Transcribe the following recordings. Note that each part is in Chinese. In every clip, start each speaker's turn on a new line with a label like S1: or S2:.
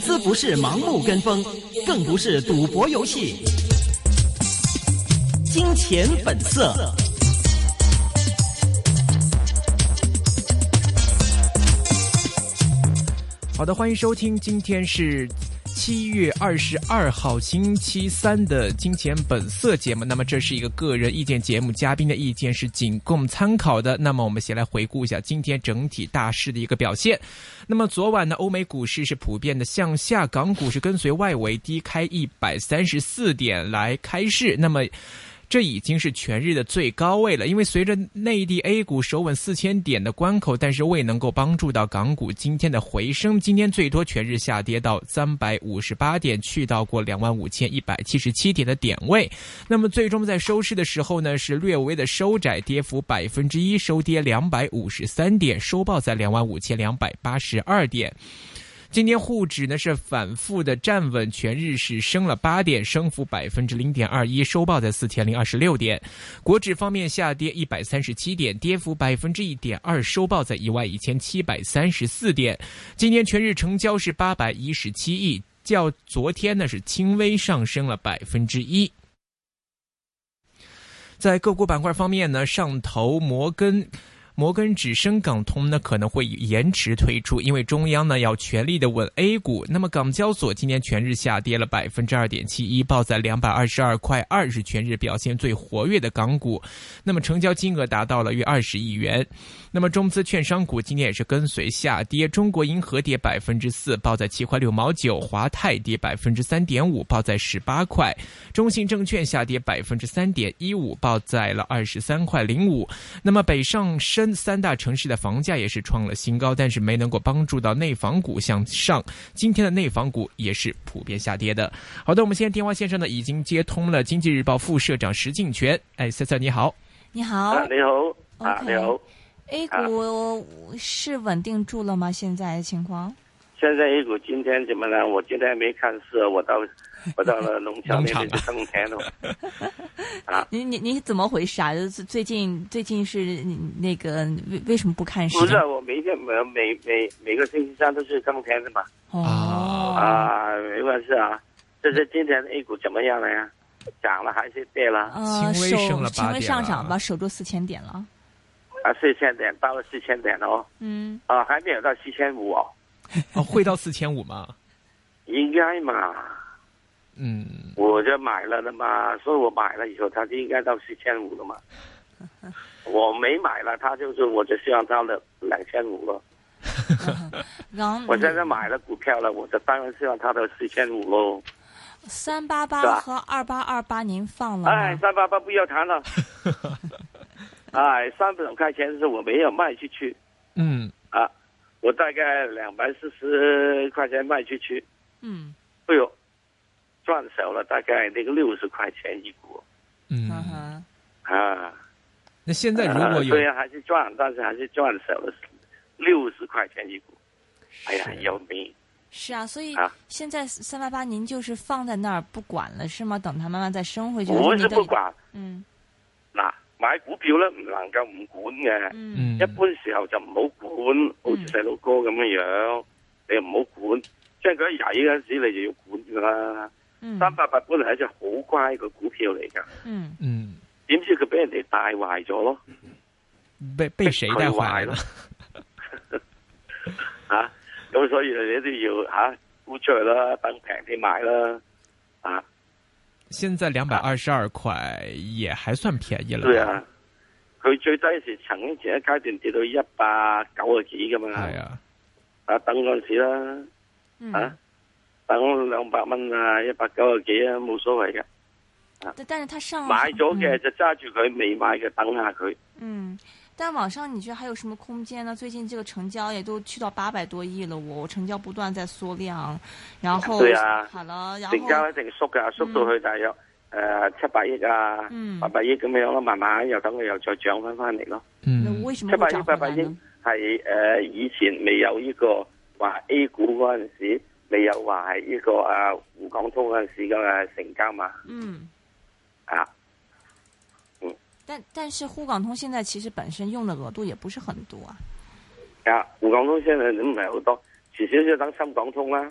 S1: 资不是盲目跟风，更不是赌博游戏。金钱本色。
S2: 好的，欢迎收听，今天是。七月二十二号星期三的《金钱本色》节目，那么这是一个个人意见节目，嘉宾的意见是仅供参考的。那么我们先来回顾一下今天整体大势的一个表现。那么昨晚呢，欧美股市是普遍的向下，港股是跟随外围低开一百三十四点来开市。那么。这已经是全日的最高位了，因为随着内地 A 股首稳四千点的关口，但是未能够帮助到港股今天的回升。今天最多全日下跌到三百五十八点，去到过两万五千一百七十七点的点位。那么最终在收市的时候呢，是略微的收窄，跌幅百分之一，收跌两百五十三点，收报在两万五千两百八十二点。今天沪指呢是反复的站稳，全日是升了八点，升幅百分之零点二一，收报在四千零二十六点。国指方面下跌一百三十七点，跌幅百分之一点二，收报在一万一千七百三十四点。今天全日成交是八百一十七亿，较昨天呢是轻微上升了百分之一。在个股板块方面呢，上头摩根。摩根指深港通呢可能会延迟推出，因为中央呢要全力的稳 A 股。那么港交所今天全日下跌了百分之二点七一，报在两百二十二块二，是全日表现最活跃的港股。那么成交金额达到了约二十亿元。那么中资券商股今天也是跟随下跌，中国银河跌百分之四，报在七块六毛九；华泰跌百分之三点五，报在十八块；中信证券下跌百分之三点一五，报在了二十三块零五。那么北上深。三大城市的房价也是创了新高，但是没能够帮助到内房股向上。今天的内房股也是普遍下跌的。好的，我们现在电话线上呢已经接通了《经济日报》副社长石敬全。哎，Sir 你好，
S3: 你好，
S4: 啊、你好，
S3: 啊、
S4: 你好。
S3: A 股是稳定住了吗？现在情况？
S4: 现在 A 股今天怎么呢？我今天没看市，我到我到了农场那边去种田了。啊，
S3: 你你你怎么回事啊？最近最近是那个为为什么不看市？
S4: 不是我每天每每每每个星期三都是种田的嘛。
S3: 哦
S4: 啊，没关系啊。就是今天 A 股怎么样了呀？涨了还是跌了？
S3: 呃，
S2: 轻微
S3: 守
S2: 升了
S3: 轻微
S2: 8点
S3: 上涨
S2: 了
S3: 吧，守住四千点了。
S4: 啊，四千点到了四千点了哦。
S3: 嗯，
S4: 啊，还没有到四千五哦，
S2: 哦，会到四千五吗？
S4: 应该嘛。
S2: 嗯，
S4: 我就买了的嘛，所以我买了以后，它就应该到四千五了嘛。我没买了，它就是我就希望到了两千五了。
S3: 刚
S4: 我现在买了股票了，我就当然希望它到四千五喽。
S3: 三八
S4: 是
S3: 八
S4: 吧
S3: 和二八二八您放了
S4: 哎，
S3: 吗？
S4: 三八八不要谈了。哎，三百块钱是我没有卖出去
S2: 嗯，
S4: 啊，我大概两百四十块钱卖出去，
S3: 嗯
S4: 哎呦，赚手了大概那个六十块钱一股
S2: 嗯，
S3: 嗯哼，
S4: 啊。
S2: 那现在如果有
S4: 呃虽，然还是赚，但是还是赚少了六十块钱一股。哎
S2: 啊
S4: 呀，要命！
S3: 是啊，所以
S4: 啊
S3: 现在三八八您就是放在那儿不管了是吗？等它慢慢再升回去。
S4: 我
S3: 还
S4: 是
S3: 你
S4: 不
S3: 等
S4: 管
S3: 嗯
S4: 嗱，買股票咧唔能夠唔管嘅。
S3: 嗯
S2: 嗯，
S4: 一般時候就唔好管，好似細路哥咁樣樣，你唔好管。即係佢一曳嗰陣時，你就要管噶啦。
S3: 嗯
S4: 三八八本嚟係一隻好乖嘅股票嚟㗎，
S3: 嗯
S2: 嗯，
S4: 點知佢俾人哋帶壞咗咯
S2: 被被谁带坏了
S4: 被佢壞了？嚇！啊咁、所以你都要嚇沽、出去啦，等平啲買啦。啊，
S2: 现在两百二十二块也还算便宜了，
S4: 對啊，佢最低時曾經前一階段跌到一百九啊幾噶嘛，
S2: 系啊，
S4: 啊等嗰陣時啦，
S3: 嗯
S4: 啊，等兩百蚊啊，一百九啊幾啊，冇所謂嘅。
S3: 但但是它上
S4: 買咗嘅
S3: 嗯
S4: 就揸住佢，未買嘅等下佢。
S3: 嗯，但网上你觉得还有什么空间呢？最近这个成交也都去到八百多亿了，我我成交不断在缩量，然后
S4: 对啊
S3: 好了，然后
S4: 成交一定縮㗎，縮到去大約誒七百億啊
S3: 嗯，
S4: 八百億咁樣咯，慢慢又等佢又再漲翻翻嚟咯。
S3: 那
S2: 嗯，
S3: 为什么
S4: 七百
S3: 会
S4: 億
S3: 涨
S4: 八
S3: 回
S4: 百
S3: 来
S4: 億
S3: 呢？
S4: 係誒以前未有呢個話 A 股嗰陣時，未有話係呢個誒滬港通嗰陣時嘅成交嘛
S3: 嗯，
S4: 啊。
S3: 但但是沪港通现在其实本身用的额度也不是很多啊。
S4: 啊，滬港通先係唔係好多，遲少少等深港通啦。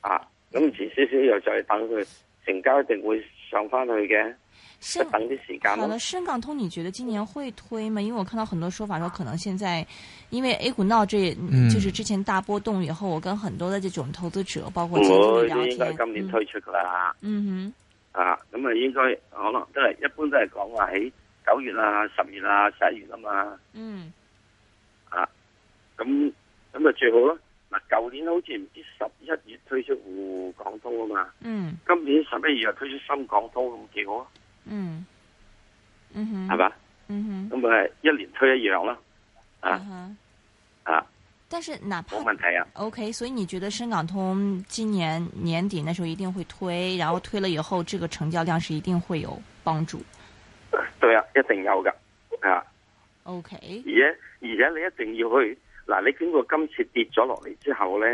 S4: 啊，咁遲少少又再等佢成交，一定會上翻去嘅，
S3: 深
S4: 等啲時間
S3: 好
S4: 咯
S3: 的，。深港通你觉得今年会推吗？因为我看到很多说法说，可能现在因为 A 股闹这，
S2: 嗯
S3: 就是之前大波动以后，我跟很多的这种投资者，包括基金
S4: 我
S3: 经理
S4: 應
S3: 聊
S4: 該
S3: 天，
S4: 今年推出噶啦，
S3: 嗯
S4: 啊，咁啊應該可能都係一般都係講話喺九月啊、十月啊、十一月啊嘛，
S3: 嗯哼，嗯
S4: 咁咁咪最好咯。嗱，舊年好似唔知十一月推出滬港通啊嘛，
S3: 嗯
S4: 今年十一月又推出深港通，咁幾好啊，
S3: 嗯嗯哼，
S4: 係嘛？
S3: 嗯哼，
S4: 咁啊一年推一樣啦，
S3: 嗯
S4: 啊
S3: 哼，
S4: 啊
S3: 但是哪怕
S4: 冇問題啊。
S3: OK，所以你觉得深港通今年年底那时候一定会推，然后推了以后，这个成交量是一定会有帮助。
S4: 對啊，一定有噶，啊，
S3: OK，
S4: 而且而且你一定要去嗱，你經過今次跌咗落嚟之後咧，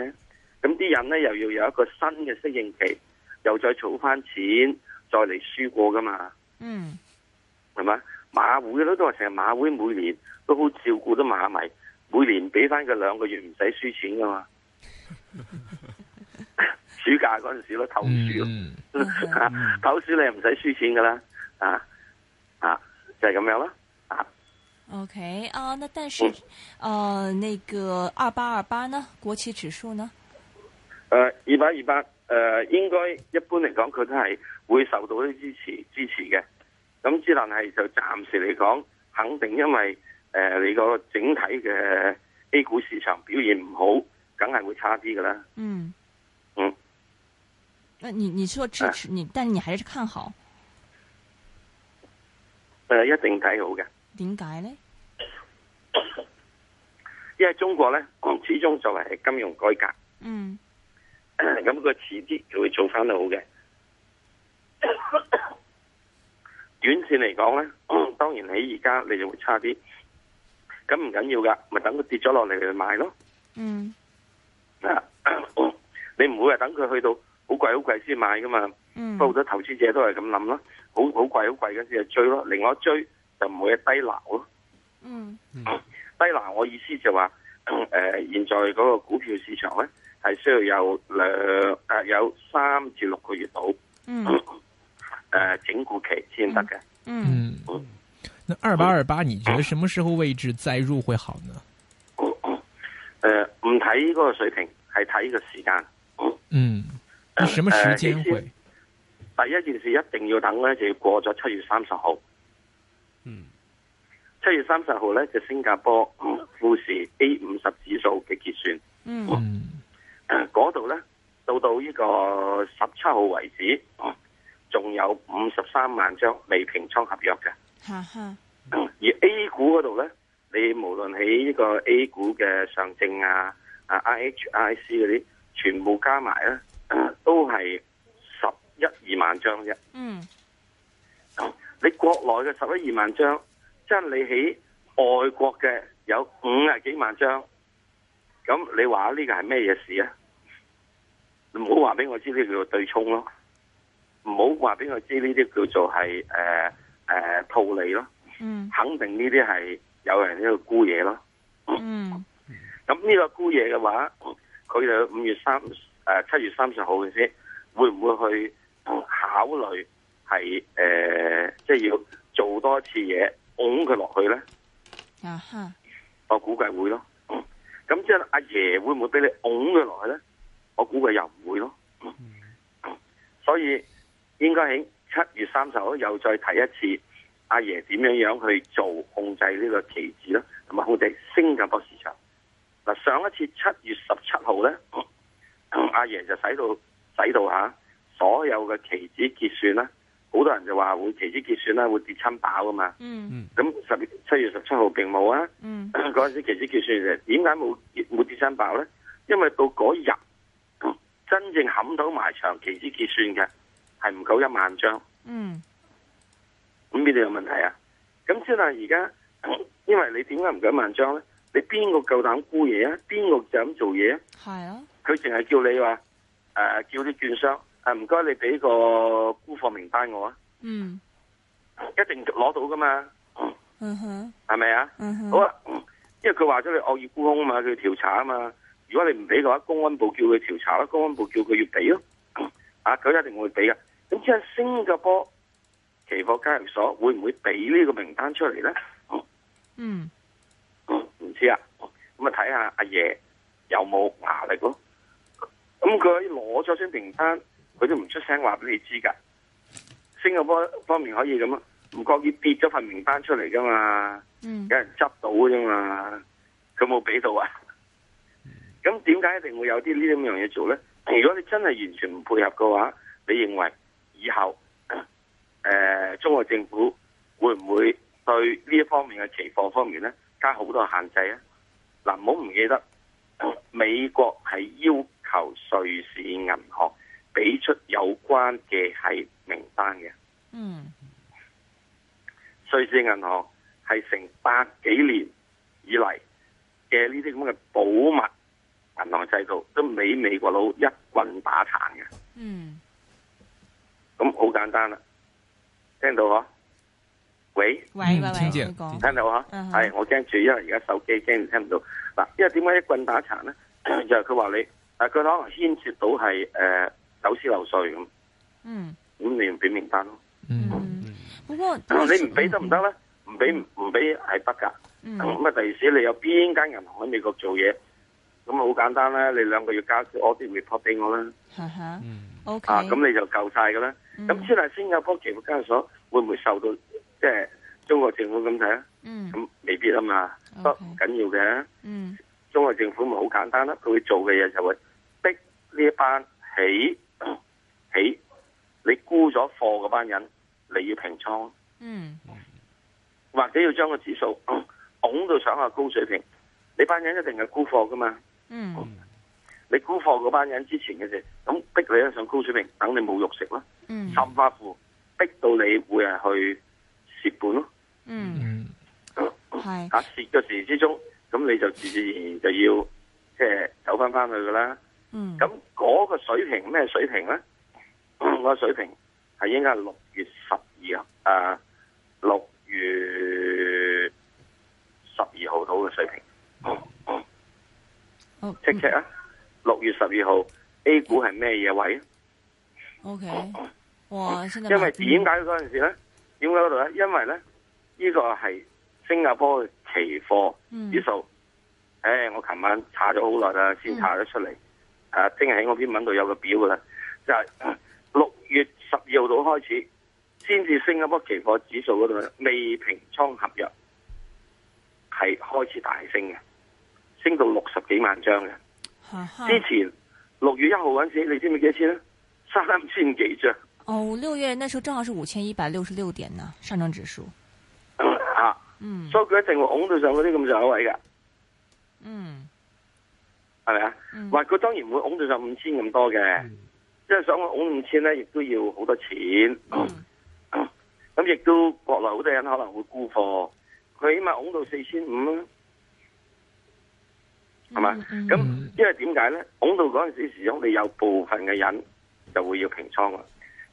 S4: 咁啲人咧又要有一個新嘅適應期，又再儲翻錢，再嚟輸過噶嘛，
S3: 嗯
S4: 係咪？馬會咧都話成日馬會每年都好照顧啲馬迷，每年俾翻佢兩個月唔使輸錢噶嘛。 暑假嗰陣時咯，投
S2: 嗯
S4: 輸咯。
S2: 嗯
S3: 嗯哼
S4: 啊， 跑輸你係唔使輸錢噶啦，啊啊，就係、咁樣啦，啊，
S3: ，OK 啊、那但是呃，那个二八二八呢，国企指数呢？
S4: 誒二百二百誒，應該一般嚟講佢都係會受到啲支持支持嘅，咁之但係就暫時嚟講，肯定因為誒、呃你個整體嘅 A 股市場表現唔好，梗係會差啲噶啦，
S3: 嗯
S4: 嗯，
S3: 那你你说支持你，但你还是看好，
S4: 誒、呃一定睇好嘅，
S3: 点解呢？
S4: 因為中國咧始終作為金融改革。
S3: 嗯
S4: 咁佢遲啲佢會做翻好嘅。 短線嚟講咧， 當然喺而家你就會差啲。咁唔緊要噶，咪等佢跌咗落嚟去買咯。
S3: 嗯
S4: 啊， 你唔會話等佢去到好貴好貴先買噶嘛。
S3: 嗯
S4: 不過好多投資者都係咁諗咯，好好貴好貴嗰時就追咯，另外一追就唔會係低流咯。
S3: 嗯
S4: 低嗱，我意思就話， 誒、現在嗰個股票市場咧係需要有兩誒、有三至六個月到誒、
S3: 嗯
S4: 呃整固期先得嘅。
S3: 嗯，
S2: 嗯，那二八二八，你觉得什么时候位置再入会好呢？
S4: 誒呃唔睇嗰個水平，係睇個時間。
S2: 嗯，那什么时间
S4: 呃
S2: 会？
S4: 第一件事一定要等咧，就要過咗七月三十號。
S1: 嗯，
S4: 七月三十號咧就新加坡富時 A 五十指數嘅結算。呃
S3: 嗯
S2: 嗯
S4: 嗰度咧，到到呢個十七號為止，哦仲有五十三萬張未平倉合約嘅。
S3: 哈哈，
S4: 而 A 股嗰度咧，你無論喺呢個 A 股嘅上證啊、啊 IHIC 嗰啲，全部加埋咧， 都係十一二萬張啫。
S3: 嗯
S4: 你國內嘅十一二萬張，即係你喺外國嘅有五啊幾萬張，咁你話呢個係咩嘢事啊？你唔好話俾我知呢叫做對沖咯，唔好話俾我知呢啲叫做係誒誒套利咯，
S3: 嗯
S4: 肯定呢啲係有人喺度沽嘢咯。
S3: 嗯
S4: 咁呢個沽嘢嘅話，佢就五月三誒七月三十號嘅先，會唔會去考慮係誒、呃即係要做多一次嘢，拱佢落去咧？
S3: 啊哈，
S4: 我估計會咯。咁即係阿爺會唔會俾你拱佢落去咧？我估計又唔會咯。所以應該喺七月三十號又再睇一次阿爺點樣樣去做控制呢個期指啦，同埋控制新加坡市場。嗱，上一次七月十七號咧，阿爺就使到使到嚇所有嘅期指結算啦，好多人就話會期指結算啦，會跌親爆噶啊嘛。
S3: 嗯
S4: 咁十月七月十七號並冇啊。
S3: 嗯
S4: 嗰陣時期指結算嘅，點解冇冇跌三爆咧？因為到嗰日嗯真正冚到埋場期指結算嘅係唔夠一萬張，
S3: 嗯
S4: 咁邊度有問題啊？咁先啦，而家嗯因為你點解唔夠一萬張咧？你邊個夠膽沽嘢啊？邊個就咁做嘢啊？
S3: 係啊，
S4: 佢淨係叫你話誒、呃叫啲券商誒唔該你俾個沽貨名單我啊，
S3: 嗯
S4: 一定攞到噶嘛，
S3: 嗯哼
S4: 係咪啊？
S3: 嗯哼，
S4: 嗯好啦，因為佢話咗你惡意沽空啊嘛，佢要調查啊嘛，如果你唔俾嘅話，公安部叫佢調查啦，公安部叫佢要俾咯， 啊，佢一定會俾嘅。咁即係新加坡期貨交易所會唔會俾呢個 名單出嚟咧？
S3: 嗯
S4: 唔知啊，咁啊睇下阿爺有冇壓力咯。咁佢攞咗張名單，佢都唔出聲話俾你知噶。新加坡方面可以咁啊，唔覺意跌咗份名單出嚟噶嘛，
S3: 嗯
S4: 有人執到嘅啫嘛，佢冇俾到啊。咁點解一定會有啲呢啲咁樣嘢做咧？如果你真係完全唔配合嘅話，你認為以後誒、呃中國政府會唔會對呢一方面嘅期貨方面咧加好多限制啊？嗱，唔好唔記得，美國係要求瑞士銀行俾出有關嘅係名單嘅。
S3: 嗯
S4: 瑞士銀行係成百幾年以嚟嘅呢啲咁嘅保密銀行制度，都俾美國佬一棍打殘嘅。
S3: 嗯
S4: 咁好簡單啦，聽到嗬？喂，
S3: 喂
S2: 嗯
S3: 喂喂，
S2: 聽
S3: 你
S2: 見
S3: 講
S4: 聽到嗬？
S3: 嗯哼
S4: 係我驚住，因為而家手機驚聽唔到。嗱，因為點解一棍打殘咧？ 就係佢話你，啊，佢可能牽涉到係誒、呃走私漏稅咁，咁
S3: 嗯
S4: 你唔俾名單咯。
S2: 嗯
S3: 嗯，不過
S4: 你唔俾得唔得？咧？唔俾唔唔俾係得㗎。
S3: 嗯嗯
S4: 咁啊，第二時你有邊間銀行喺美國做嘢？咁啊，好簡單啦，你兩個月交少 audit report 俾我啦，
S3: 哈哈
S2: 嗯
S3: ，OK，嗯
S4: 啊，咁你就夠晒噶啦。咁先係新加坡期貨交易所會唔會受到即係中國政府咁睇啊？
S3: 嗯
S4: 咁未必啊嘛，不過
S3: OK
S4: 唔緊要嘅。
S3: 嗯
S4: 中國政府咪好簡單啦，佢會做嘅嘢就會逼呢一班起 起你沽咗貨嗰班人，你要平倉，
S3: 嗯
S4: 或者要將個指數 拱到上下高水平，你班人一定係沽貨噶嘛。
S3: 嗯
S4: 你沽貨嗰班人之前嘅啫，咁逼你咧上高水平，等你冇肉食啦，
S3: 嗯
S4: 甚或乎逼到你會係去蝕本咯。
S3: 嗯
S2: 嗯
S3: 哦係
S4: 啊，蝕嘅時之中，咁你就自自然然就要即係走翻翻去噶啦。
S3: 嗯
S4: 咁嗰個水平咩水平咧？嗰個水平係應該係六月十二號，啊六月十二號到嘅水平。
S3: 哦
S4: check check 啊，六月十二號 A 股係咩嘢位啊？
S3: OK，哇，現在
S4: 因為
S3: 買
S4: 點解嗰陣時咧？點解嗰度咧？因為咧，呢、個係新加坡嘅期貨
S3: 嗯
S4: 指數。唉、我琴晚查咗好耐啦，先查得出嚟。啊，聽日喺我篇文度有個表噶啦，就係六月十二號到開始，先至新加坡期貨指數嗰度未平倉合約係開始大升嘅，升到六十幾萬張嘅。
S3: 哈哈
S4: 之前六月一號嗰陣時，你知唔知幾多錢咧？三千幾張。
S3: 哦，六月那時候正好是五千一百六十六點呢，上證指數。
S4: 啊，
S3: 嗯
S4: 所以佢一定會拱到上嗰啲咁上下位嘅，
S3: 嗯
S4: 係咪啊？
S3: 嗯
S4: 話佢當然唔會拱到上五千咁多嘅，即係想我拱五千咧，亦都要好多錢。哦
S3: 嗯
S4: 咁亦都國內好多人可能會沽貨，佢起碼拱到四千五啦，係嘛？
S3: 嗯
S4: 咁因為點解咧？拱到嗰陣時時鐘，你有部分嘅人就會要平倉啦。啊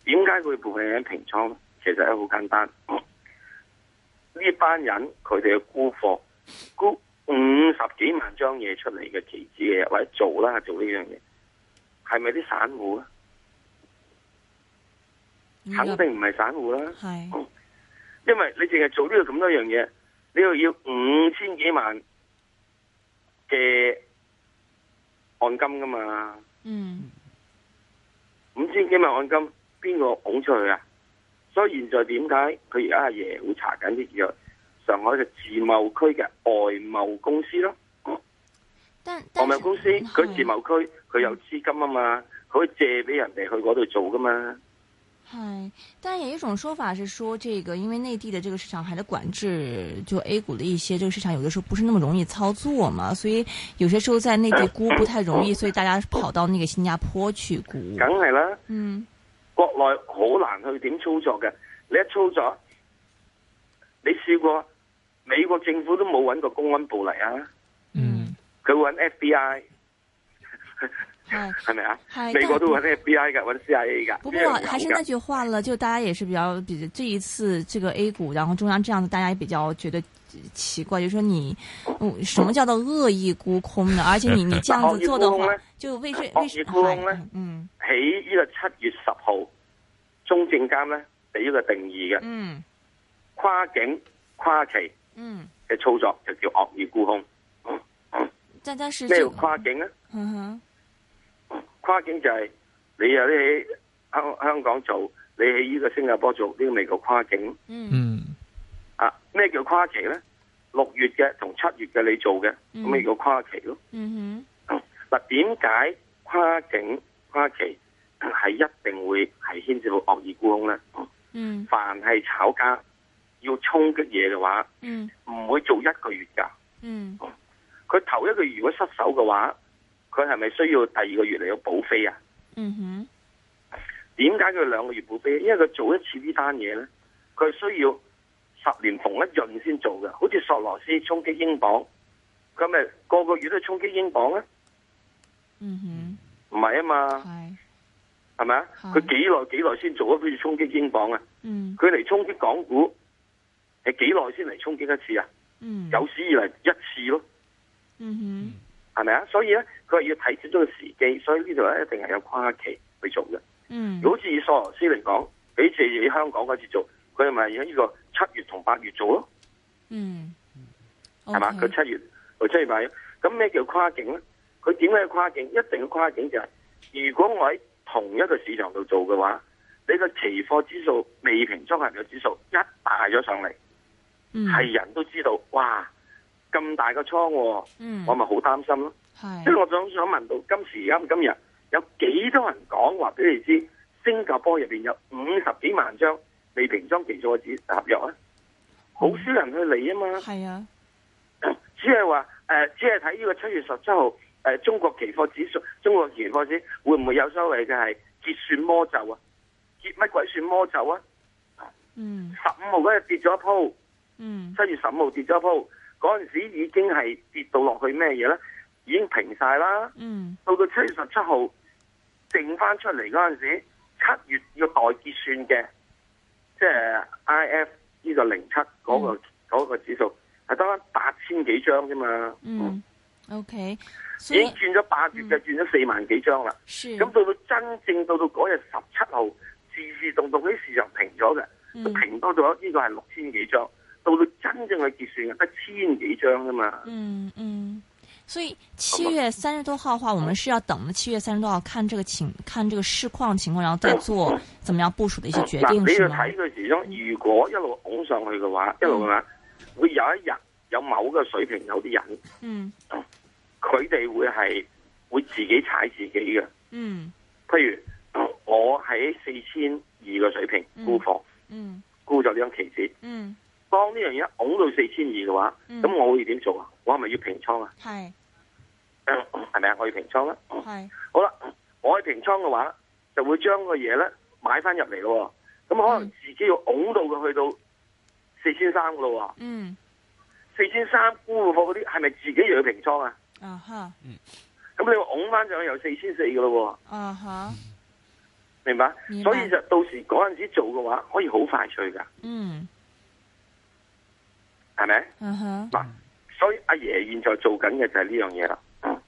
S4: 點解佢部分嘅人平倉咧？其實咧好簡單，呢班人佢哋嘅沽貨沽五十幾萬張嘢出嚟嘅期指嘅，或者做啦做呢樣嘢，係咪啲散戶啊？
S3: 嗯
S4: 肯定唔哦係散戶啦。
S3: 係
S4: 因為你淨係做呢個咁多樣嘢，你又要五千幾萬嘅按金噶嘛？
S3: 嗯
S4: 五千幾萬按金，邊個拱出去啊？所以現在點解佢而家阿爺會查緊啲叫上海嘅自貿區嘅外貿公司咯？
S3: 但
S4: 外
S3: 但
S4: 貿
S3: 是嗯
S4: 公司佢自貿區佢有資金啊嘛，佢可以借俾人哋去嗰度做噶嘛。
S3: 嗨，但有一种说法是说，这个因为内地的这个市场还在管制，就 A 股的一些这个市场，有的时候不是那么容易操作嘛，所以有些时候在内地估不太容易，所以大家跑到那个新加坡去估。
S4: 梗係啦，
S3: 嗯
S4: 國內好難去點操作嘅。你一操作，你試過美國政府都冇揾過公安部嚟啊，
S2: 嗯
S4: 佢揾 FBI，
S3: 哎
S4: 係咪啊？
S3: 嗨，
S4: 美國
S3: 但
S4: 都揾 FBI 㗎，揾 CIA 㗎，
S3: 不
S4: 呢樣有
S3: 过还是
S4: 㗎
S3: 那句话了，就大家也是比较比这一次这个 A 股，然后中央这样子，大家也比较觉得奇怪，就说你，嗯，什么叫做恶意沽空呢？而且你你这 样子做的话
S4: 恶意沽空呢，
S3: 就为是
S4: 恶
S3: 为
S4: 意
S3: 是
S4: 沽空呢
S3: 哎嗯
S4: 喺呢個七月十號，中證監咧俾咗個定義嘅
S3: 嗯
S4: 跨境跨期
S3: 嗯，
S4: 嘅操作就叫惡意沽空。
S3: 但但是
S4: 咩
S3: 这
S4: 叫
S3: 个，
S4: 跨境咧？
S3: 嗯哼，
S4: 跨境就係你有啲喺香香港做，你喺呢個新加坡做，呢個咪叫跨境
S3: 嗯
S2: 嗯
S4: 啊？咩叫跨期咧？六月嘅同七月嘅你做嘅，
S3: 嗯
S4: 咁咪叫跨期咯。
S3: 嗯
S4: 嗱，點解跨境跨期係一定會係牽涉到惡意沽空咧？
S3: 哼，嗯
S4: 凡係炒家要衝擊嘢嘅話，
S3: 嗯
S4: 唔會做一個月㗎。
S3: 嗯
S4: 佢頭一個月如果失手嘅話，佢係咪需要第二個月嚟到補飛啊？
S3: 嗯哼，
S4: 點解佢兩個月補飛？因為佢做一次呢單嘢咧，佢需要十年逢一潤先做嘅。好似索羅斯衝擊英鎊，佢咪個個月都衝擊英鎊咧？
S3: 嗯
S4: 唔係啊
S3: 哼，
S4: 嘛，
S3: 嗨，
S4: 係咪啊？
S3: 嗯
S4: 佢幾耐幾耐先做一次衝擊英鎊啊？
S3: 嗯
S4: 佢嚟衝擊港股係幾耐先嚟衝擊一次啊？
S3: 嗯，
S4: 有史以嚟一次咯。
S3: 嗯哼，
S4: 係咪啊？所以咧，佢係要睇清楚個時機，所以呢度咧一定係有跨期去做嘅。
S3: 嗯
S4: 如果好似以索羅斯嚟講，比似喺香港嗰次做，佢咪喺呢個七月同八月做咯，
S3: 嗯，
S4: 係嘛？
S3: OK
S4: 佢七月，佢七月八月，咁咩叫跨境咧？佢點解跨境？一定要跨境就係、如果我喺同一個市場度做嘅話，你個期貨指數未平倉合約指數一大咗上嚟，
S3: 嗯
S4: 係人都知道，哇！咁大個倉喎，
S3: 嗯
S4: 我咪好擔心咯。
S3: 嗨
S4: 即係我想想問到今時而家今日有幾多人講話俾你知，新加坡入邊有五十幾萬張未平倉期貨紙合約啊？好少人去理啊嘛，
S3: 系啊，
S4: 只係話誒，只係睇呢個七月十七號誒中國期貨指數，中國期貨指會唔會有所謂嘅係結算魔咒啊？結乜鬼算魔咒啊？
S3: 嗯
S4: 十五號嗰日跌咗一鋪。
S3: 嗯
S4: 七月十五號跌咗一鋪，嗰陣時已經係跌到落去咩嘢咧？已經平晒啦。
S3: 嗯
S4: 到到七月十七號剩翻出嚟嗰陣時，七月要代結算嘅，即係 I F 呢個零七嗰
S3: 嗯
S4: 個嗰個指數係得翻八千幾張啫嘛。
S3: 嗯，OK，
S4: 已
S3: 所
S4: 經
S3: 以嗯
S4: 轉咗八月就轉咗四萬幾張啦。
S3: 是
S4: 咁到到真正到到嗰日十七號，自自動動啲市場平咗嘅，
S3: 嗯
S4: 都平多咗呢個係六千幾張。到到真正去結算嘅得千幾張啫嘛。
S3: 嗯嗯，所以七月三十多号的话，我们是要等七月三十多号看这个情看这个市况情况，然后再做怎么样部署的一些决
S4: 嗯嗱，
S3: 定，
S4: 你
S3: 是
S4: 要
S3: 吗？嗯
S4: 睇佢時鐘，如果一路拱上去嘅話，一路嘅話，會有一日有某個水平，有啲人
S3: 嗯
S4: 佢哋會係會自己踩自己嘅。
S3: 嗯
S4: 譬如呃我喺四千二個水平
S3: 嗯
S4: 沽貨，
S3: 嗯
S4: 沽咗呢張期指。
S3: 嗯，
S4: 當呢樣嘢拱到四千二嘅話，
S3: 嗯
S4: 咁、我會點做啊？我係咪要平倉啊？
S3: 嗨
S4: 係咪啊？我要平倉啦。
S3: 嗨，
S4: 好啦，我喺平倉嘅話，就會將個嘢咧買翻入嚟咯喎。咁可能
S3: 嗯
S4: 自己要拱到佢去到四千三嘅咯喎。
S3: 嗯
S4: 四千三沽貨嗰啲係咪自己又要平倉啊？
S3: 啊哈
S4: 咁你話拱翻上去有四千四嘅咯
S3: 啊哈，
S4: 喎，明白？
S3: 明白
S4: 所以就到時嗰陣時做嘅話，可以好快脆㗎，
S3: 嗯
S4: 係咪？
S3: 嗯哼，
S4: 嗱、所以阿爺現在做緊嘅就係呢樣嘢啦。嗯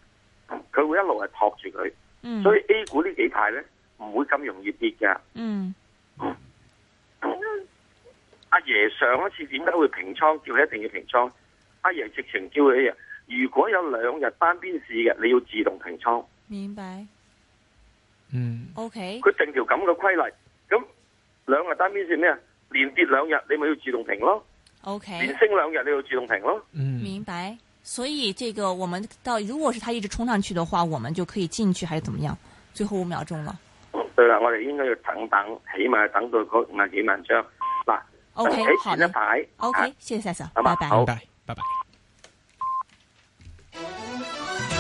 S4: 佢會一路係托住佢，
S3: 嗯
S4: 所以 A 股呢幾排咧唔會咁容易跌㗎。
S3: 嗯
S4: 阿爺上一次點解會平倉？叫佢一定要平倉。阿爺直情叫你啊，如果有兩日單邊市嘅，你要自動平倉。
S3: 明白
S2: 嗯
S3: ，OK，
S4: 佢定條咁嘅規例，咁兩日單邊線咩啊？連跌兩日，你咪要自動停咯；連
S3: OK，
S4: 升兩日，你要自動停咯。
S2: 嗯，
S3: 明白。所以这个我们到，如果是他一直冲上去的话，我们就可以进去还是怎么样？最后五秒钟了。
S4: 哎對啦，我哋應該要等等，起碼等到嗰五十幾萬張。嗱
S3: OK，
S4: 喺
S3: 好
S4: 前一
S3: 的
S4: 排
S3: ，OK，
S4: 啊
S3: 谢谢赛嫂，
S4: 好
S3: 拜
S4: 吧
S3: 拜。
S4: 好
S2: 拜拜拜拜。